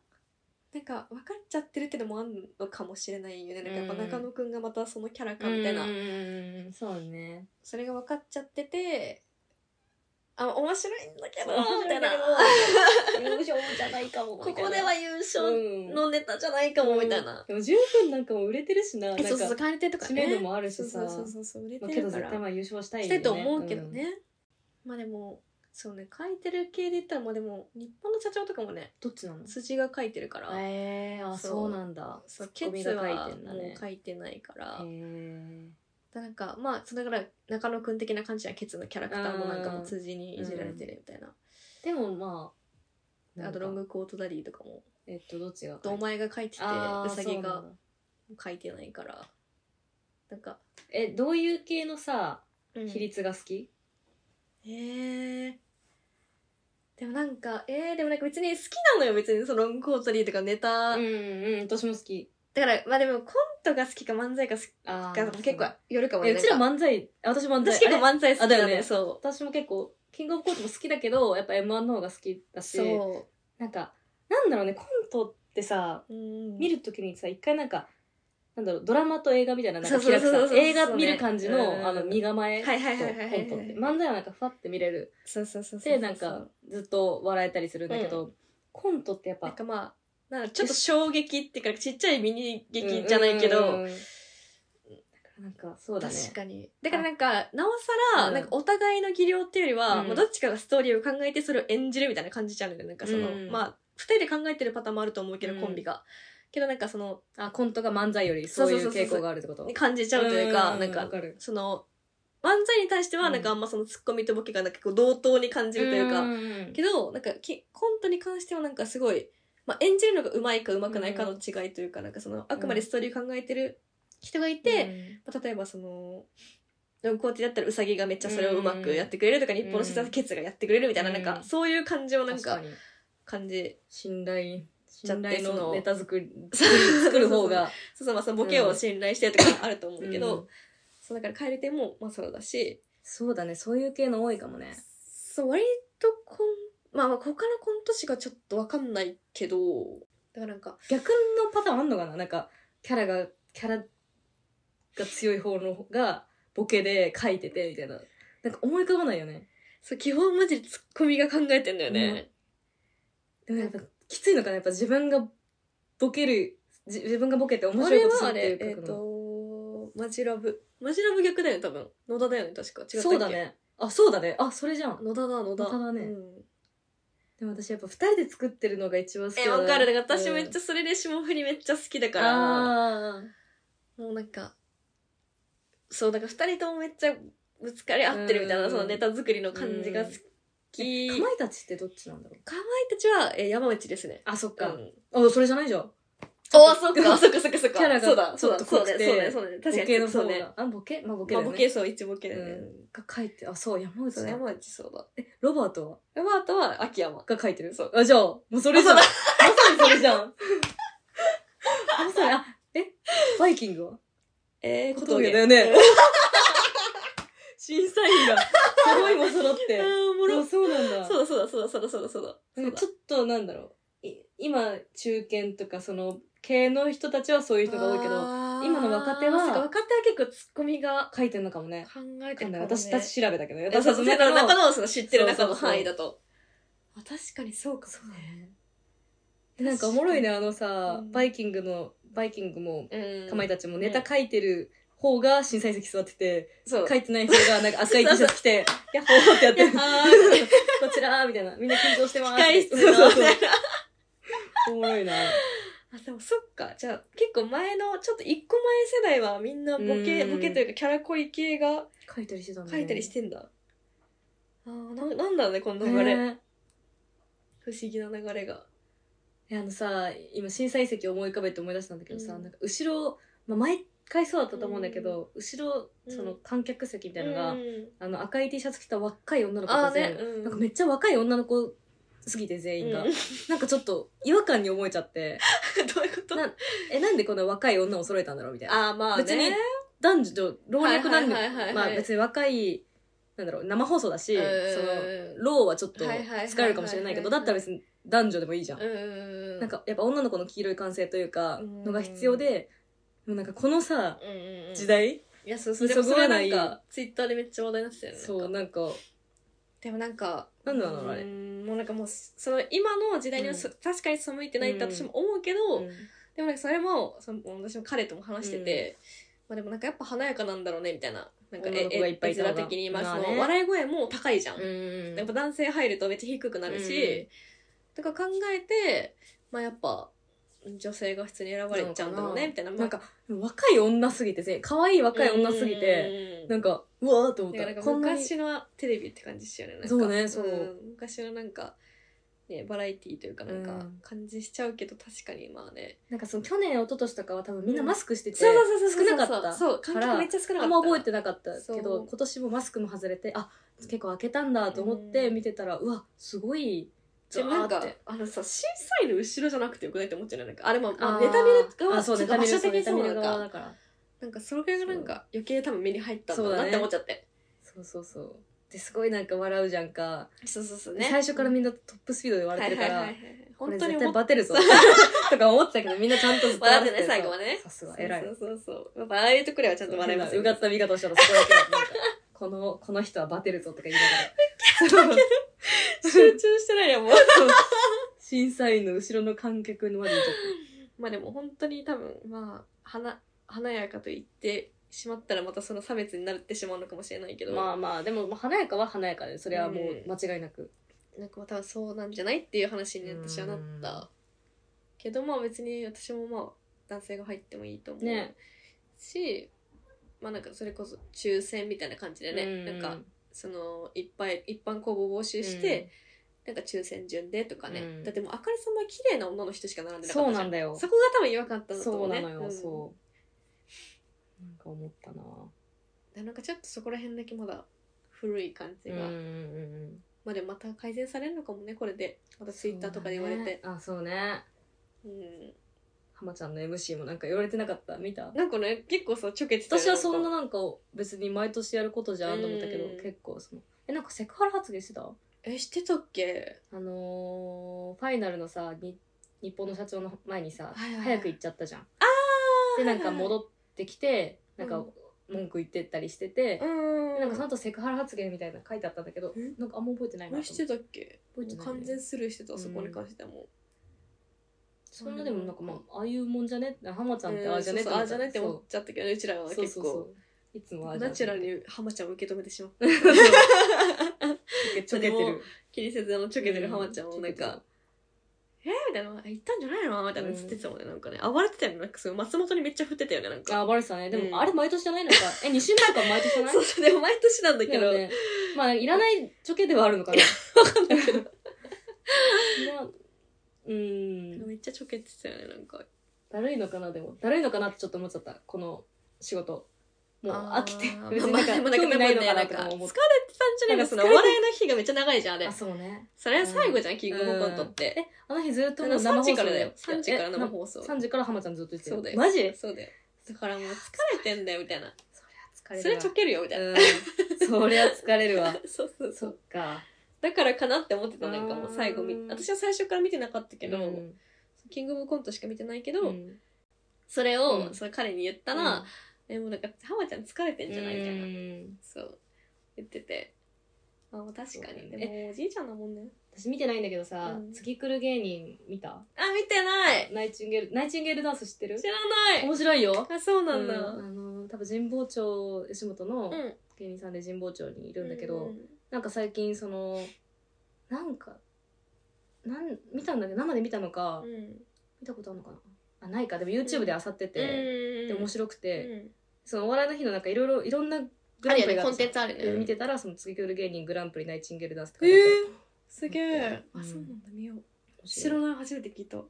S1: なんか分かっちゃってるってのもあんのかもしれないよねなんかやっぱ
S2: うん
S1: 中野くんがまたそのキャラか
S2: うん
S1: みたいな、
S2: うんそうね
S1: それが分かっちゃっててあ面白いんだけどみたいな
S2: 優勝じゃないかも
S1: ここでは優勝のネタじゃないかもみたいな、
S2: でも十分なんかもう売れてるしななん
S1: え
S2: か
S1: そうそうそう
S2: 知
S1: 帰り手とかね
S2: 名度もあるし
S1: そう
S2: さ
S1: そうそうそうそう売れ
S2: まあ
S1: て
S2: け
S1: る
S2: ど
S1: か
S2: 絶
S1: ら
S2: 対まあ優勝したい
S1: し
S2: よね
S1: たいと思うけどね、まあでもそうね書いてる系で言ったらまあでも日本の社長とかもね
S2: どっちなの
S1: 辻が書いてるから、
S2: えー、あ
S1: そう
S2: そうなんだ
S1: そう
S2: ツ
S1: ケ
S2: ッコミ
S1: ツ
S2: が書い
S1: は
S2: てんだ
S1: も
S2: ね
S1: う書いてないから、
S2: へー
S1: なんかまあそれだから中野くん的な感じなケツのキャラクターもなんかもう辻にいじられてるみたいな、
S2: でもまあなん
S1: あ
S2: か
S1: とロングコートダディとかも
S2: えっとどっちが
S1: 堂前が書いててうさぎ
S2: そうな
S1: が
S2: んだ
S1: 書いてないからなんか
S2: えどういう系のさ比
S1: 比率
S2: 率が好き、
S1: へえでもなんかえー、でもなんか別に好きなのよ別にそのロングコートダディとかネタ、
S2: うん私も好き
S1: だからまあでもコントが好きか漫才が好き
S2: あ
S1: か結構よるかも
S2: えうちら
S1: なんか
S2: 漫才私漫才
S1: 私結構
S2: あれ
S1: 漫才好き
S2: あ
S1: なの
S2: だよ
S1: よ
S2: ね
S1: そ
S2: 私も結構キングオブコントも好きだけどやっぱ m 1の方が好きだ
S1: う
S2: し
S1: そ
S2: なんかなんだろうねコントってさ
S1: う、うん、
S2: 見るときにさ一回なんかなんだろうドラマと映画みたいななん
S1: そ
S2: か
S1: うそう
S2: 開
S1: そう
S2: く
S1: そうそ
S2: さ
S1: う
S2: 映画見る感じの,、
S1: うん
S2: あの身構えと
S1: はいはいはいはいはいはい
S2: コントって漫才はなんかファって見れる
S1: そうそうそうそう
S2: でなんかずっと笑えたりするんだけど、コントってやっ
S1: なん
S2: ぱ
S1: かまあなんかちょっと衝撃っていうかちっちゃいミニ劇じゃないけど、
S2: うんうんうんだからなんかそうだね
S1: 確かにだからなんかなおさら、
S2: うん
S1: なんかお互いの技量っていうよりは、
S2: うん
S1: まあ、どっちかがストーリーを考えてそれを演じるみたいな感じじゃんねなんかその、
S2: うん
S1: まあ2人で考えてるパターンもあると思うけど、
S2: うん
S1: コンビがけどなんかその
S2: あコントが漫才よりそうい
S1: そううそうそう
S2: 傾
S1: そう
S2: 向があるってこと
S1: 感じちゃうというか、なん
S2: わ
S1: か
S2: かる
S1: その漫才に対してはなんかあんまそのツッコミとボケがなんかこう同等に感じるというか、
S2: んんん
S1: けどなんかきコントに関してはなんかすごい、まあ、演じるのが上手いか上手くないかの違いというか、なんかそのあくまでストーリーを考えてる人がいて、まあ例えばそのでもこうやってやったらウサギがめっちゃそれをうまくやってくれるとか、
S2: ん
S1: 日本の人はケツがやってくれるみたいな,、
S2: うん
S1: なんかそういう感じを
S2: うん
S1: なん
S2: 確か
S1: か
S2: に
S1: 感じ
S2: 信頼
S1: ちゃっ
S2: 信
S1: て
S2: 頼
S1: その
S2: のネタ作り作り作る方が
S1: そうそうまあそのボケを信頼してとかあると思うけど、
S2: うん
S1: そうだから帰り手もまあそうだし
S2: そうだねそういう系の多いかもね
S1: そう割とこん、まあ、まあ他のコント師がちょっとわかんないけどだからなんか
S2: 逆のパターンあんのかななんかキャラがキャラが強い方の方がボケで書いててみたいななんか思い浮かばないよね
S1: そう基本マジでツッコミが考えてんだよね、
S2: でもやっぱきついのかなやっぱ自分がボケるじ自分がボケて面
S1: あれ
S2: 白いことす
S1: は
S2: る
S1: あ
S2: っ
S1: れ
S2: てい
S1: え
S2: う
S1: っ、
S2: 書くの
S1: とマジラブマジラブ逆だよね多分野田だよね確か違ったっけ
S2: そうだねあそうだねあそれじゃん
S1: 野田だ野田
S2: 野田だね
S1: うん
S2: でも私やっぱ二人で作ってるのが一番好き
S1: え、わかる。だから私
S2: うん
S1: めっちゃそれで霜降りめっちゃ好きだから、
S2: あー
S1: もうなんか、そう、だから二人ともめっちゃぶつかり合ってるみたいな、
S2: うん
S1: そのネタ作りの感じが好き。
S2: え
S1: か
S2: か
S1: まい
S2: まいたちってどっちなんだろう
S1: たちは、えー山内ですね。
S2: あ、そっ
S1: う
S2: か。
S1: ん
S2: あ、それじゃないじゃん。
S1: おーそっか、そっか、そっか、そっか。
S2: キャラが
S1: そうだ、
S2: ち
S1: そう
S2: ょっ
S1: だ、
S2: と
S1: そう
S2: 濃
S1: だ
S2: く
S1: よ、
S2: て
S1: そうだよ、そうだよ。確か
S2: ボケの
S1: に、
S2: 方
S1: そう
S2: が
S1: ね。
S2: あ、ボケまあボケ
S1: ま
S2: だ
S1: あ、
S2: よ
S1: ボ
S2: ね。
S1: ケ、そう、一ボケだよね。
S2: が書いて、あ、そう、山内
S1: そう、
S2: だ。
S1: 山内そうだ。
S2: ロバートは
S1: ロバートは秋山。
S2: が書いてる
S1: そう
S2: あ、じゃあ、もうそれじゃん。まさにそれじゃん。 何それあ、えバイキングは
S1: えー、
S2: 小
S1: 小峠
S2: 峠だ よね審査員がすごいも揃っ
S1: あ
S2: て。
S1: ーおもろ
S2: あそうなんだ。
S1: そうだそうだそうだそうだそうだそうだ
S2: なんかちょっとなんだろう。い今、中堅とかその系の人たちはそういう人が多いけど、今の若手は
S1: そうか若手は結構ツッコミが
S2: 書いてるのかもね。
S1: 考えて
S2: わか
S1: る
S2: ん
S1: か
S2: ない
S1: もね
S2: 私たち調べたけどね。
S1: え
S2: 私
S1: そ
S2: た
S1: うそ
S2: ちの
S1: うだか
S2: 中
S1: ら中
S2: の。
S1: のその知ってる中
S2: そ
S1: の
S2: うそうそう
S1: 範囲だとあ確かにそうかも
S2: そう
S1: ね
S2: ねでなんかおもろいね、あのさ、
S1: うん
S2: バイキングの、バイキングも、
S1: うん
S2: かまいたちもネタ書いてる方が審査員席座ってて、
S1: そう
S2: 書いてない方がなんか赤い T シャツ 着て、ヤッホーってやってる。こ
S1: あー
S2: ちらーみたいな。みんな緊張してます。
S1: 控え室の
S2: そうそうそう。おもろいな。
S1: あでもそっかじゃあ結構前のちょっと一個前世代はみんなボケ
S2: うん
S1: ボケというかキャラ濃い系が
S2: 書いたりしてたん
S1: 書いたりしてんだ、あーななんだろうねこの
S2: 流
S1: 流れ、
S2: れ。
S1: 不思議な流れが
S2: えあのさ、今審査員席を思い浮かべて思い出したんだけどさ、
S1: うん
S2: なんか後ろ、まあ、毎回そうだったと思うんだけど、後ろ、その観客席みたいなのが、
S1: うん
S2: あの赤い T シャツ着た若い女の子
S1: あ
S2: が
S1: あね
S2: 全、部、
S1: うん、
S2: なんかめっちゃ若い女の子すぎて全員が、
S1: うん
S2: なんかちょっと違和感に思えちゃって、
S1: どういうこと
S2: なえ、なんでこんな若い女を揃えたんだろうみたいな。
S1: ああまあね
S2: 別に男女と老若男女
S1: はいはいはいはいは、い
S2: まあ別に若い、なんだろう、生放送だし、
S1: うん
S2: その、老はちょっと
S1: はいはいはいはい
S2: 疲れるかもしれないけど、だったら別に男女でもいいじゃん。
S1: うん
S2: なんかやっぱ女の子の黄色い感性というか、
S1: うん
S2: のが必要で、でもなんかこのさ、
S1: うんうんうん
S2: 時代、
S1: いやそう
S2: そ
S1: そううでもそれなん
S2: そぐわな
S1: かツイッターでめっちゃ話題になってたよね
S2: そう、
S1: なんか
S2: なんか、
S1: でもなんか
S2: なんだろうなあれ
S1: ーんもうなんかもうその今の時代にはそ、確かに背いてないって私も思うけど、でもなんかそれもその私も彼とも話してて、まあでもなんかやっぱ華やかなんだろうねみたいななんか
S2: 女の子がいっぱいいたの
S1: 面
S2: が
S1: 的に、まあ、
S2: まあ
S1: そ
S2: ね
S1: の笑い声も高いじゃん、
S2: うん
S1: やっぱ男性入るとめっちゃ低くなるし、だから考えてまあやっぱ女性が普通に選ばれちゃうんだろうねみたいな
S2: なんか、若い女すぎて全員、可愛い若い女すぎて、
S1: て
S2: なんか、うわーって思っ
S1: だからなん
S2: た。
S1: か
S2: こんなに。
S1: 昔のテレビって感じですよねなんか
S2: そうねそうん
S1: 昔のなんか、ね、バラエティーというかなん
S2: う
S1: か
S2: ん
S1: 感じしちゃうけど確かにまあね
S2: なんかその去年、一昨年とかは多分みんなマスクしてて、
S1: そう
S2: そう
S1: 少なかった
S2: そう
S1: 感覚めっちゃ少なかった
S2: あんま覚えてなかったけ
S1: そ
S2: ど、
S1: う
S2: 今年もマスクも外れて、あ、結構開けたんだと思って
S1: うん
S2: 見てたら、うわ、すごい、
S1: でもなん
S2: ザーっ
S1: か
S2: て
S1: あのさ審査員の後ろじゃなくてよくないって思っちゃうねなんかあれも
S2: あ
S1: まあ
S2: ー
S1: ネタ見る側
S2: あそう
S1: ちょ
S2: ネ
S1: っと
S2: タ
S1: 場
S2: 見る
S1: 所
S2: そう
S1: 的に
S2: ネタ
S1: そう
S2: 見
S1: な
S2: る
S1: ん
S2: 側だ
S1: か
S2: から
S1: なんかそれがなんか余計多分目に入ったんだろう
S2: そうだ
S1: な
S2: ね
S1: って思っちゃって
S2: そうそうそうですごいなんか笑うじゃんか、
S1: そうそうそうね
S2: 最初からみんなトップスピードで笑ってるから、
S1: はいはいはいはい
S2: これ
S1: 本当に思
S2: 絶対
S1: っ
S2: バテるぞ とか思ってたけどみんなちゃんとずっと
S1: 笑ってね
S2: さ
S1: 最後までね
S2: さすが偉い
S1: そうそうそうそうやっぱああいうところはちゃんと笑います
S2: う
S1: よ
S2: がった見方をしたらそこだけなんかこのこの人はバテるぞとか言いな がら
S1: 集中してないやもう
S2: 審査員の後ろの観客のまで行っちゃっ
S1: まあでも本当に多分まあ華華やかと言ってしまったらまたその差別になってしまうのかもしれないけ
S2: た
S1: ど、
S2: まあまあでもまあ華やかは華やかでそれはもう
S1: うん
S2: 間違いなく、
S1: なんかまあ多分そうなんじゃないっていう話に私はなっ
S2: うん
S1: たけどまあ別に私もまあ男性が入ってもいいと思う
S2: ね
S1: し、まあなんかそれこそ抽選みたいな感じでね、なんかそのいっぱい一般公募を募集して、、なんか抽選順でとかね、
S2: うん
S1: だってもうあかりさまは綺麗な女の人しか並んでなかっ
S2: そ
S1: た
S2: う
S1: じゃ
S2: な
S1: ん
S2: んだよ
S1: そこが多分違和感あったんだと
S2: そ
S1: 思
S2: う
S1: うね
S2: なのよ、
S1: ん
S2: そうなんか思ったな
S1: でなんかちょっとそこら辺だけまだ古い感じが、
S2: ん
S1: まあでもまた改善されるのかもねこれでまたツイッターとかで言われて
S2: あそうね
S1: う、
S2: 浜ちゃんの MC もなんか言われてなかった見た
S1: ん、なんかね結構さちょけてたよ
S2: 私はそんななんか別に毎年やることじゃんと思ったけど
S1: うん
S2: 結構そのえなんかセクハラ発言してた
S1: えしてたっけ
S2: あのーファイナルのさに日本の社長の前にさ、
S1: はいはい
S2: 早く行っちゃったじゃんでなんか戻ってきてなんか文句言ってったりして
S1: う
S2: て、で
S1: ん
S2: なんかその後セクハラ発言みたいなの書いてあったんだけど
S1: え
S2: なんかあんま覚えてないな
S1: 何
S2: と
S1: し
S2: 思って
S1: てたっけ
S2: 覚えてないね
S1: 完全スルーしてたそこに関してはもう、
S2: それはでもなんかまあああいうもんじゃね浜ちゃんってああじゃね
S1: うんそうそうああじゃねって思っ
S2: そ
S1: ちゃったけどねうちらは
S2: う
S1: 結
S2: そ
S1: 構
S2: うそうそういつもああじゃ
S1: ナ
S2: ん
S1: チュラルに浜ちゃんを受け止めてしまった
S2: ちょけてる
S1: 気にせずあのちょけてる浜ちゃんをなんか、えーみたいな、あ行ったんじゃないのみたいな
S2: うん
S1: 言ってたもんね、なんかね。暴れてたよね、なんかそう松本にめっちゃ振ってたよね、なんか。
S2: あバレてたねでも、
S1: うん
S2: あれ毎年じゃないのかえ2週目とか毎年じゃな い
S1: そうそう、でも毎年なんだけ
S2: け
S1: ど、
S2: ど、ね、まあいらないチョケではあるのかな
S1: わかんないけど。
S2: まあうん
S1: めっちゃちょけてたよね、なんか。
S2: だるいのかなでもだるいのかなってちょっと思っちゃったこの仕事もう飽きて
S1: あー、
S2: 別に
S1: まあ
S2: なん
S1: まあ
S2: か
S1: でも
S2: 興味ないのか
S1: な
S2: なんと
S1: か
S2: か
S1: 疲れ
S2: 思っ
S1: た
S2: て
S1: んじゃないのその
S2: なん
S1: お
S2: か疲れ
S1: 笑いの日がめっちゃ長いじゃん、あれ
S2: あ、。そうね。
S1: それは最後じゃん、キングオブコントって。
S2: え、あの日ずっと
S1: あ
S2: も
S1: の
S2: う生
S1: 3
S2: 放
S1: 時
S2: 送で
S1: からだよ。3時から生放送。
S2: 3時から浜ちゃんずっと言ってた
S1: そうだよ。
S2: マジそり
S1: そうだよ。だからもう疲れてんだよ、みたいな。
S2: ゃ疲れるわ
S1: それちょけるよ、みたいな。。
S2: うん そりゃ疲れるわ
S1: そうそうそ
S2: そうっ。か。
S1: だからかなって思ってた、なんかもう最後見
S2: う、ん
S1: 私は最初から見てなかったけど、
S2: うん
S1: キングオブコントしか見てないけど、
S2: うん
S1: それを、
S2: うん
S1: その彼に言ったら、でもなんか、浜ちゃん疲れてんじゃないみたいな。
S2: うん
S1: そう。言ってて。あ、確か
S2: そう
S1: に。
S2: だね
S1: でも、おじいちゃんだもんね。
S2: 私見てないんだけどさ
S1: う、ん
S2: 月来る芸人見た
S1: あ、見てない
S2: ナイチンゲール、ナイチンゲールダンス知ってる
S1: 知らない
S2: 面白いよ。
S1: あ、そうなんだ。
S2: うんあの、多分神保町、吉本の
S1: うん。
S2: 芸人さんで神保町にいるんだけ
S1: う
S2: ど、
S1: ん
S2: なんか最近その、なんか、なん、見たんだけど、生で見たのか、見たことあるのかなあ、ないか。でも YouTube で漁ってて、
S1: で
S2: で、面白くて、
S1: うん
S2: そのお笑いの日のなんかいろいろ、いろんなグ
S1: あ
S2: ラン
S1: る
S2: プ
S1: よ
S2: リ
S1: ね
S2: があ
S1: コ
S2: っ
S1: ン
S2: て
S1: テ
S2: さ
S1: ンツある
S2: で
S1: よ
S2: 見
S1: ね
S2: てたら、その月来る芸人グランプリナイチンゲールダンスとか
S1: え
S2: なんか
S1: ーすげえ
S2: うん
S1: あそうなんだ見よう
S2: 面
S1: 知
S2: 白
S1: ら
S2: い
S1: ない初めて聞いたあ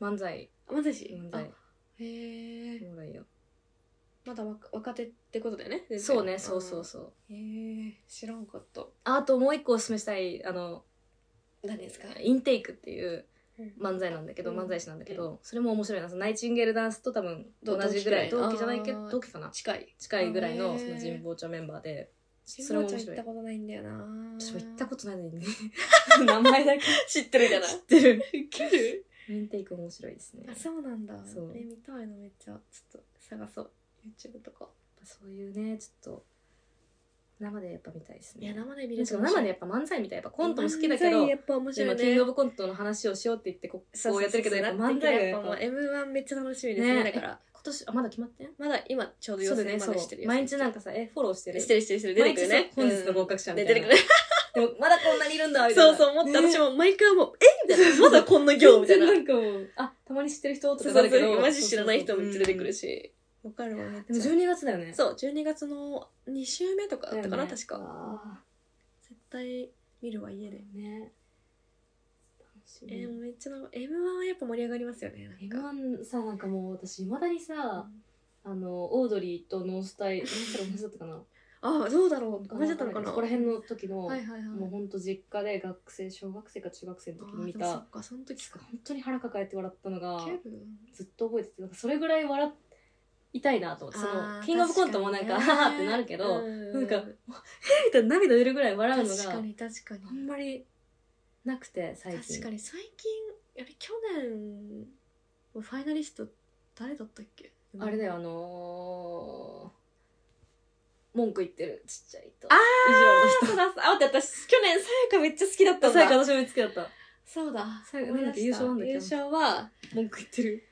S2: 漫才、
S1: まだし
S2: 漫
S1: あ
S2: 才。
S1: へえ
S2: おもろいよ
S1: まだ若若手ってことだよね全然
S2: そうね、そうそうそう。
S1: うんへえ知らんかった
S2: ああともう一個おすすめしたい、あの、
S1: 何ですか
S2: インテイクっていう
S1: うん
S2: 漫才なんだけど、
S1: うん
S2: 漫才師なんだけど、それも面白いな。そのナイチンゲールダンスと多分同
S1: ど
S2: じぐらい、
S1: 同期ぐらい
S2: 同期じゃないけ
S1: あ
S2: ど、
S1: ー
S2: 同期かな
S1: 近い
S2: 近いぐらい
S1: へ
S2: の
S1: ー
S2: その神保町メンバーで、そ
S1: そ
S2: れ
S1: れ
S2: も
S1: も
S2: 面
S1: 行
S2: 白い
S1: ったことないんだよな
S2: 私も行ったことないのに ね、
S1: と
S2: 名前だけ
S1: 知ってるじゃない
S2: 知ってる。
S1: ウケる
S2: インテイク面白いですね。
S1: あそうなんだ
S2: そう
S1: え見たいのめっちゃちょっと探そう YouTube とか
S2: やっぱそういうねちょっと生でやっぱ見たいです
S1: い
S2: ね
S1: や生で見
S2: で
S1: る
S2: しか
S1: と
S2: も
S1: 面白い
S2: 生でやっぱ漫才みたいやっぱコントも好きだけど、
S1: 漫才やっぱ面白い
S2: 今
S1: ね
S2: キングオブコントの話をしようって言ってここうやってるけどやっぱ漫才が
S1: や
S2: や
S1: っ
S2: っ
S1: ぱも
S2: ぱ
S1: う
S2: 今
S1: M1 めっちゃ楽しみですねだ
S2: ね
S1: から
S2: 年あまだ決まってん
S1: まだ今ちょうど
S2: そ
S1: 予
S2: うだ
S1: 選
S2: ね
S1: ま
S2: そう
S1: だしてる
S2: 毎日なん
S1: か
S2: かさえフォローしてる
S1: してるしてるしてる出てくるね
S2: 毎日さ本日の合格者みたいな
S1: ね出てくるね
S2: でもまだこんなにいるんだみた い
S1: そ
S2: な
S1: うそう思って私
S2: も
S1: も毎回もうえみたい なまだこんな行みたいな
S2: なんかもうあたまに知ってる人と
S1: そう
S2: かな
S1: そう
S2: るけど
S1: そうマジ知らない人もめっちゃ出てくる
S2: し、
S1: しわかるわめっ
S2: うん
S1: ち
S2: で
S1: ゃ
S2: も12月だよね
S1: そう12月の2週目とかだったかな
S2: だよね
S1: 確か
S2: あ
S1: 絶対見るわ家で
S2: ーね楽しみ
S1: えーめっちゃな M1 はやっぱ盛り上がりますよねなんか
S2: M1 さなんかもう私いまだにさあのオードリーとノンスタイノンスタイル同じだったかな
S1: あどうだろう同じだったのかな
S2: そこら辺の時の、
S1: はいはいはい
S2: もうほんと実家で学生小学生か中学生の時に見
S1: あーでもそ
S2: た
S1: っかその時
S2: す
S1: か
S2: ごい本当に腹抱えて笑ったのが
S1: ウケる
S2: ずっと覚えててなんかそれぐらい笑いたいなと思ってそ
S1: あ
S2: の
S1: ー
S2: キングオブコントもなんか「
S1: 確
S2: は
S1: にね
S2: は」ってなるけど、
S1: うん
S2: なんかえみたいな涙出るぐらい笑うの
S1: 確か
S2: が
S1: に確かに
S2: あんまりなくて最近
S1: 確かに最近あれ去年ファイナリスト誰だったっけ
S2: あれだよあのー、文句言ってるちっちゃいと
S1: あー
S2: 意地悪な人
S1: あそうだあ待って私去年さやかめっちゃ好きだったん
S2: 最後
S1: だ
S2: 私も見つけだった
S1: そうだ
S2: さやか
S1: 思い出した
S2: 優勝なんだっけ
S1: 優勝は
S2: 文句言ってる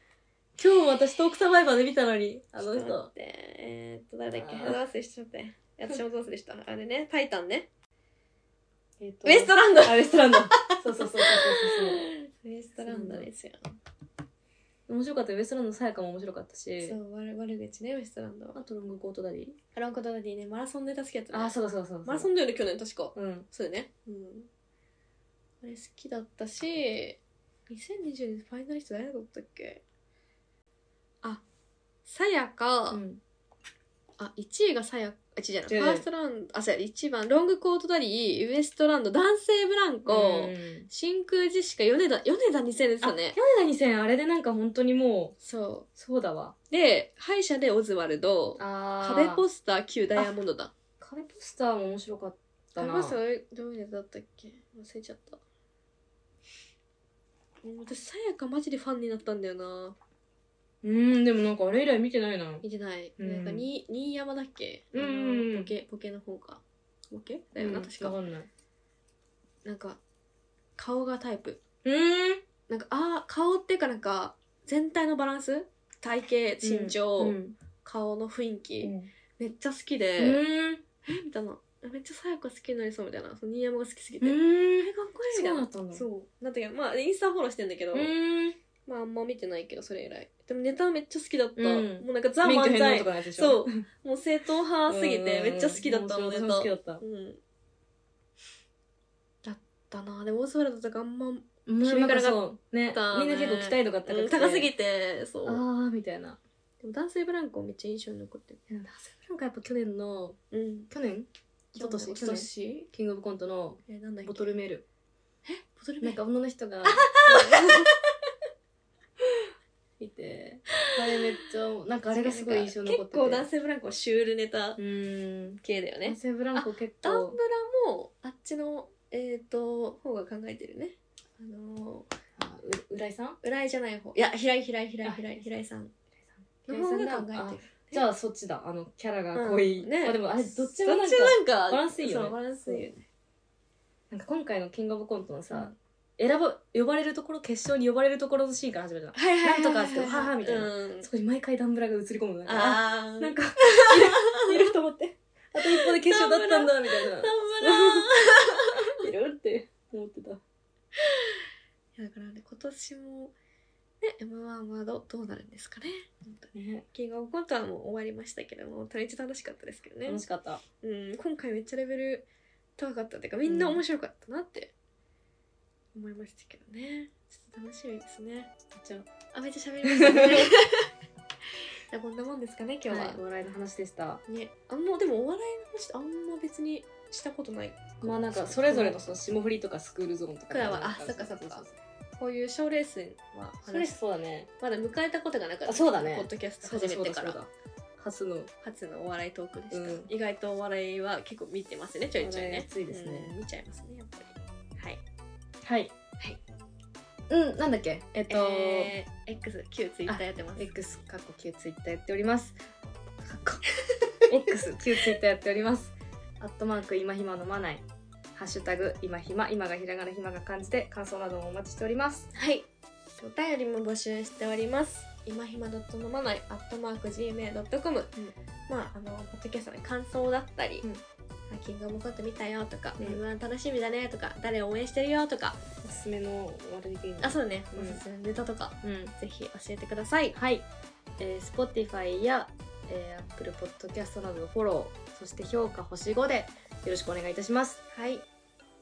S2: 今日も私トークサバイバーで見たのにあの
S1: ちょっと待
S2: 人
S1: ってえーっと誰だっけ
S2: あー
S1: どう忘れしちゃって私もどう忘れしたあれねタイタンね
S2: えっと
S1: ウエストランド
S2: あ ウエストラン ドそうそうそうそうそ う
S1: ウエストランドですよ
S2: そう面白かったよウエストランドのさやかも面白かったし
S1: そう悪悪口ねウエストランドは
S2: あとロングコートダディ
S1: ハロンコダダディねマラソンネタ好きやったね
S2: あーそうだそうだそうだ
S1: マラソンだよね去年確か
S2: うん
S1: そうよね。うん。あれ好きだったし、2020年ファイナリスト誰だったっけあ、さやか、
S2: うん
S1: あ、1位がさやあ、違うじゃない。
S2: 違う
S1: ファーストラウンド、あ、そうや、1番、ロングコートダリー、ウエストランド、男性ブランコ、
S2: うん
S1: 真空ジェシカ、米田、米田2000です
S2: あ
S1: よ
S2: 米
S1: ね。
S2: 田2000あれでなんか本当にもう
S1: そ
S2: そうだわ
S1: う。で、歯医者でオズワルド、
S2: あ
S1: 壁ポ
S2: ス
S1: スター、旧ダイヤモンドだ。
S2: 壁ポスターも面白かった
S1: 壁
S2: な
S1: ポスターどういうネタだったっけ忘れちゃった。もう私、さやかマジでファンになったんだよな。
S2: うんでもなんかあれ以来見てないな
S1: 見てない。
S2: うん
S1: なんかに、新山だっけ
S2: うん
S1: あのボケ、ボケの方か。ボケだよな、
S2: うん
S1: 確か
S2: わ。んない
S1: なんか、顔がタイプ。
S2: うん
S1: なんか、あー顔っていうかなんか、全体のバランス体型、身長、
S2: うん
S1: 顔の雰囲気、
S2: うん
S1: めっちゃ好きで、
S2: うん
S1: えみたいな。めっちゃさやか好きになりそうみたいな。その新山が好きすぎて。え、かっ
S2: うん
S1: こいいみたいな。
S2: ったん
S1: そう。なんだけど、まあ、インスタフォローしてんだけど、
S2: ん。
S1: まあ、あんま見てないけど、それ以来。でもネタめっちゃ好きだった。
S2: うん
S1: もうなんかザ・
S2: 免許
S1: 漫
S2: 返納と
S1: 才。
S2: かのやつでし
S1: そ
S2: ょ。
S1: う。もう正統派すぎて、めっちゃ好きだった
S2: も
S1: の
S2: ん
S1: ネ
S2: 私
S1: タ。
S2: も好きだった。
S1: うん。だったなでもオズワルドとかあんま、
S2: もうなんかそうね
S1: たね
S2: みんな結構期待度が高
S1: うん
S2: くて。
S1: 高すぎて、そう。
S2: あーみたいな。
S1: でも男性ブランコめっちゃ印象に残ってる。
S2: いやなぜなんかやっぱ去年の
S1: うん。
S2: 去年一昨年
S1: 一昨年
S2: キングオブコントの
S1: え、なんだっけ
S2: ボトルメール
S1: ボトルメ
S2: な
S1: イ
S2: ん
S1: ク
S2: か女の人がいてあれめっちゃなんかあれがすごい印象に残ってて
S1: 結構男性ブランコはシュールネタ
S2: うーん
S1: 系だよね
S2: 男。性ブランコ結
S1: ダン
S2: 構
S1: ブラもあっちの、えっ、と、方が考えてるね。あの
S2: あう浦井さん
S1: ー、浦井じゃない方。いや、平井、平井、平井、
S2: あ
S1: 平井、平井さん
S2: 浦
S1: の
S2: 井さ
S1: 方
S2: ん
S1: が考
S2: あ
S1: えてる。
S2: じゃあそっちだあのキャラが濃い、
S1: うんね
S2: あでもあれどっちも
S1: ど
S2: な
S1: っ
S2: ん
S1: ち
S2: か
S1: もなんか、
S2: バランスいいよね
S1: そうバランスいいよね。
S2: なんか今回のキングオブコントのさ、選ば呼ばれるところ決勝に呼ばれるところのシーンから始めたの
S1: はいはいはいはい。
S2: なんとかっつってははみたいな
S1: うん
S2: そこに毎回ダンブラが映り込むのなんか
S1: あー。
S2: なんかいるい ると思ってあと一歩で決勝だったんだみたいな
S1: ダンブラ
S2: いるって思ってた
S1: いや だからね今年もね m 1はどどうなるんですかね本当に
S2: ね
S1: キングオブコントはもう終わりましたけどもとりあえず楽しかったですけどね
S2: 楽しかった
S1: うん今回めっちゃレベル高かったっていうかみんな面白かったなって思いましたけどねちょっと楽しみですね
S2: じゃあ
S1: あめっちゃ喋りました ねじゃあこんなもんですかね今
S2: 今
S1: 日
S2: 日
S1: は、
S2: はお笑いの話でした
S1: ねあんまでもお笑いの話ってあんま別にしたことない
S2: まあなんかそれぞれのその霜降りとかスクールゾーンとか
S1: クラはあそっかそっかこういう賞レースは
S2: それ
S1: 話
S2: そうだね
S1: まだ迎えたことがなかった
S2: あそうだね
S1: ポッドキャスト
S2: そうだ
S1: 始め
S2: そう
S1: て
S2: だ
S1: か
S2: そう
S1: ら
S2: だ初の
S1: 初のお笑いトークでした、
S2: うん
S1: 意外とお笑いは結構見てますねちょいちょい
S2: お笑い
S1: ね
S2: 熱いですね
S1: うん見ちゃいますねやっぱりはい
S2: はい
S1: はい
S2: うんなんだっけえっと、
S1: えー、X 旧ツイッターやってます
S2: X 過去旧ツイッターやっております。過去 X 旧ツイッターやっております。アットマーク今暇飲まない。ハッシュタグ今暇今がひらがな暇が感じて感想などもお待ちしております。
S1: はいお便りも募集しております今暇ドット飲まないアットマーク Gmail.com、
S2: ん
S1: まああのポッドキャストの感想だったり、
S2: うん
S1: あキングオブコント見たよとか、
S2: うん
S1: m 1楽しみだねとか誰応援してるよとか
S2: おすすめの悪い芸人
S1: あそうね、
S2: うん
S1: おすすめのネタとか
S2: うん。
S1: ぜひ教えてください
S2: はい。えー、Spotify や、えー、Apple Podcast などのフォロー、そして評価星5でよろしくお願いいたします。
S1: はい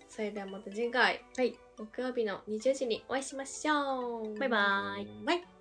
S1: それではまた次回
S2: はい。
S1: 木曜日の20時にお会いしましょう
S2: バイバーイ
S1: バイ